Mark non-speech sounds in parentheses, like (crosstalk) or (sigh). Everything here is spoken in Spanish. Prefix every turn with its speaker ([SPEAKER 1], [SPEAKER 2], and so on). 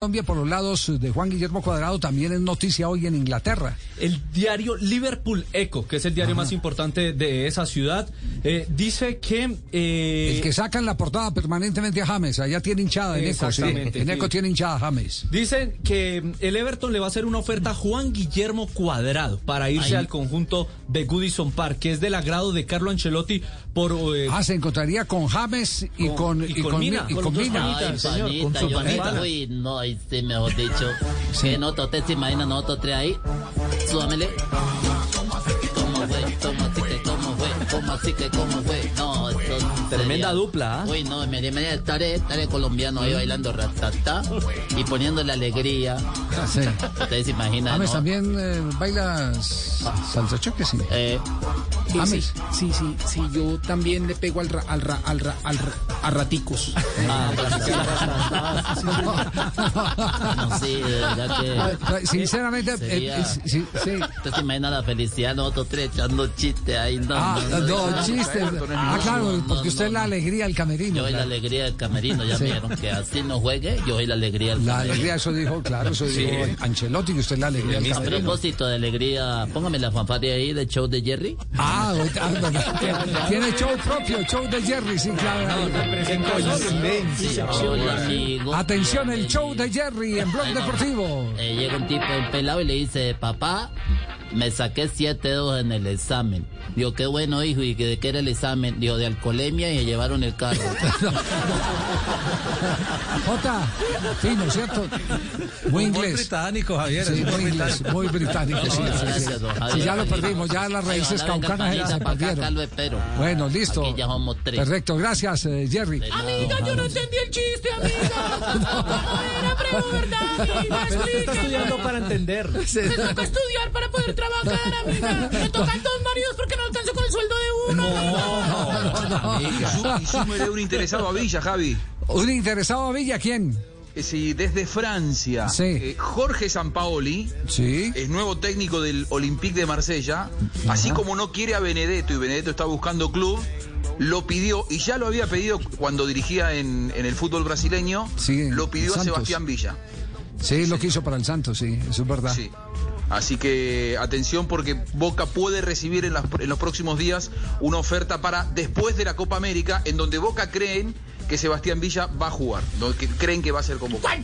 [SPEAKER 1] Colombia por los lados de Juan Guillermo Cuadrado también es noticia hoy en Inglaterra.
[SPEAKER 2] El diario Liverpool Echo, que es el diario más importante de esa ciudad, eh, dice que... eh,
[SPEAKER 1] El que sacan la portada permanentemente a James, allá tiene hinchada en Eco, sí.
[SPEAKER 2] Exactamente,
[SPEAKER 1] En
[SPEAKER 2] sí.
[SPEAKER 1] Eco tiene hinchada James.
[SPEAKER 2] Dicen que mm, el Everton le va a hacer una oferta a Juan Guillermo Cuadrado para irse al conjunto de Goodison Park, que es del agrado de Carlo Ancelotti por... eh,
[SPEAKER 1] Ah, se encontraría con James y con, y con,
[SPEAKER 2] Mina,
[SPEAKER 1] y
[SPEAKER 2] con
[SPEAKER 1] con
[SPEAKER 2] los dos
[SPEAKER 1] Mina.
[SPEAKER 2] James.
[SPEAKER 3] Ay,
[SPEAKER 2] señor, con
[SPEAKER 3] panita,
[SPEAKER 2] su
[SPEAKER 3] yo
[SPEAKER 2] panita.
[SPEAKER 3] me- Uy, no, ahí sí, mejor dicho. Que nota, usted se imagina, nosotros tres ahí. Súbamele. ¿Cómo fue? ¿Cómo así que cómo fue? ¿Cómo así que cómo fue? No, eso
[SPEAKER 2] Tremenda
[SPEAKER 3] sería-
[SPEAKER 2] dupla, ¿ah?
[SPEAKER 3] Uy, no, me me estaré, estaré colombiano ahí bailando ratatá y poniéndole alegría.
[SPEAKER 1] Ah, Sí.
[SPEAKER 3] Ustedes se imaginan,
[SPEAKER 1] James
[SPEAKER 3] ¿no?
[SPEAKER 1] también eh, baila s- salsa choque, sí.
[SPEAKER 3] Eh,
[SPEAKER 4] Sí, sí,
[SPEAKER 1] James.
[SPEAKER 4] sí, sí, sí, yo también le pego al ra- al ra- al ra- al ra- a raticos.
[SPEAKER 3] ah, no, sí, de
[SPEAKER 1] (laughs)
[SPEAKER 3] verdad que...
[SPEAKER 1] Ah, Sinceramente, eh,
[SPEAKER 3] Sería-
[SPEAKER 1] eh, sí, sí, sí.
[SPEAKER 3] Usted se imagina la felicidad, nosotros tres echando chistes ahí. No,
[SPEAKER 1] Ah,
[SPEAKER 3] no, no,
[SPEAKER 1] no, chistes. Ah, claro, porque usted es la alegría del
[SPEAKER 3] Yo
[SPEAKER 1] camerino.
[SPEAKER 3] soy la
[SPEAKER 1] claro.
[SPEAKER 3] alegría del camerino, ya
[SPEAKER 1] Sí.
[SPEAKER 3] vieron que así no juegue, yo soy la alegría del
[SPEAKER 1] La
[SPEAKER 3] camerino.
[SPEAKER 1] alegría, eso dijo, claro, eso dijo Ancelotti, que usted es la alegría del
[SPEAKER 3] A
[SPEAKER 1] camerino.
[SPEAKER 3] propósito de alegría, póngame la fanfarria ahí del show de Jerry.
[SPEAKER 1] Ah, ahorita- ah, no, no. tiene show propio, show de Jerry, sí, claro.
[SPEAKER 3] Sí, hola, amigo.
[SPEAKER 1] Atención, el show de Jerry en Blog Deportivo.
[SPEAKER 3] Eh, llega un tipo un pelado y le dice, papá, me saqué 7-2 en el examen. Digo, qué bueno, hijo, ¿y de qué era el examen? Digo, de alcoholemia y se llevaron el carro.
[SPEAKER 1] Jota, fino, ¿cierto? Muy inglés.
[SPEAKER 2] británico, Javier.
[SPEAKER 1] Sí, muy inglés, muy británico, sí, sí, sí.
[SPEAKER 3] Gracias, don Javier.
[SPEAKER 1] Sí, ya lo perdimos, ya las raíces
[SPEAKER 3] Ahora venga,
[SPEAKER 1] caucanas ya
[SPEAKER 3] panita,
[SPEAKER 1] se
[SPEAKER 3] pa' acá, acá
[SPEAKER 1] perdieron.
[SPEAKER 3] lo espero.
[SPEAKER 1] Bueno, listo.
[SPEAKER 3] Aquí ya somos tres.
[SPEAKER 1] Perfecto, gracias, eh, Jerry.
[SPEAKER 5] Amiga, yo no entendí el chiste, amiga. No era pregunta, amiga.
[SPEAKER 2] estudiando para entender.
[SPEAKER 5] Me toca estudiar para poder trabajar, amiga. Me tocan dos maridos porque no alcanzo con el sueldo de uno.
[SPEAKER 6] Y súmele un interesado a Villa, Javi.
[SPEAKER 1] Un interesado a Villa, ¿quién?
[SPEAKER 6] Eh, Sí, desde Francia,
[SPEAKER 1] Sí.
[SPEAKER 6] eh, Jorge Sampaoli
[SPEAKER 1] Sí.
[SPEAKER 6] es nuevo técnico del Olympique de Marsella. Así como no quiere a Benedetto y Benedetto está buscando club, lo pidió y ya lo había pedido cuando dirigía en, en el fútbol brasileño.
[SPEAKER 1] Sí, en
[SPEAKER 6] lo pidió a
[SPEAKER 1] Santos.
[SPEAKER 6] Sebastián Villa.
[SPEAKER 1] Sí, lo que hizo para el Santos, sí, eso es verdad.
[SPEAKER 6] Sí. Así que atención porque Boca puede recibir en, las- en los próximos días una oferta para después de la Copa América, en donde Boca creen que Sebastián Villa va a jugar, donde que- creen que va a ser convocado.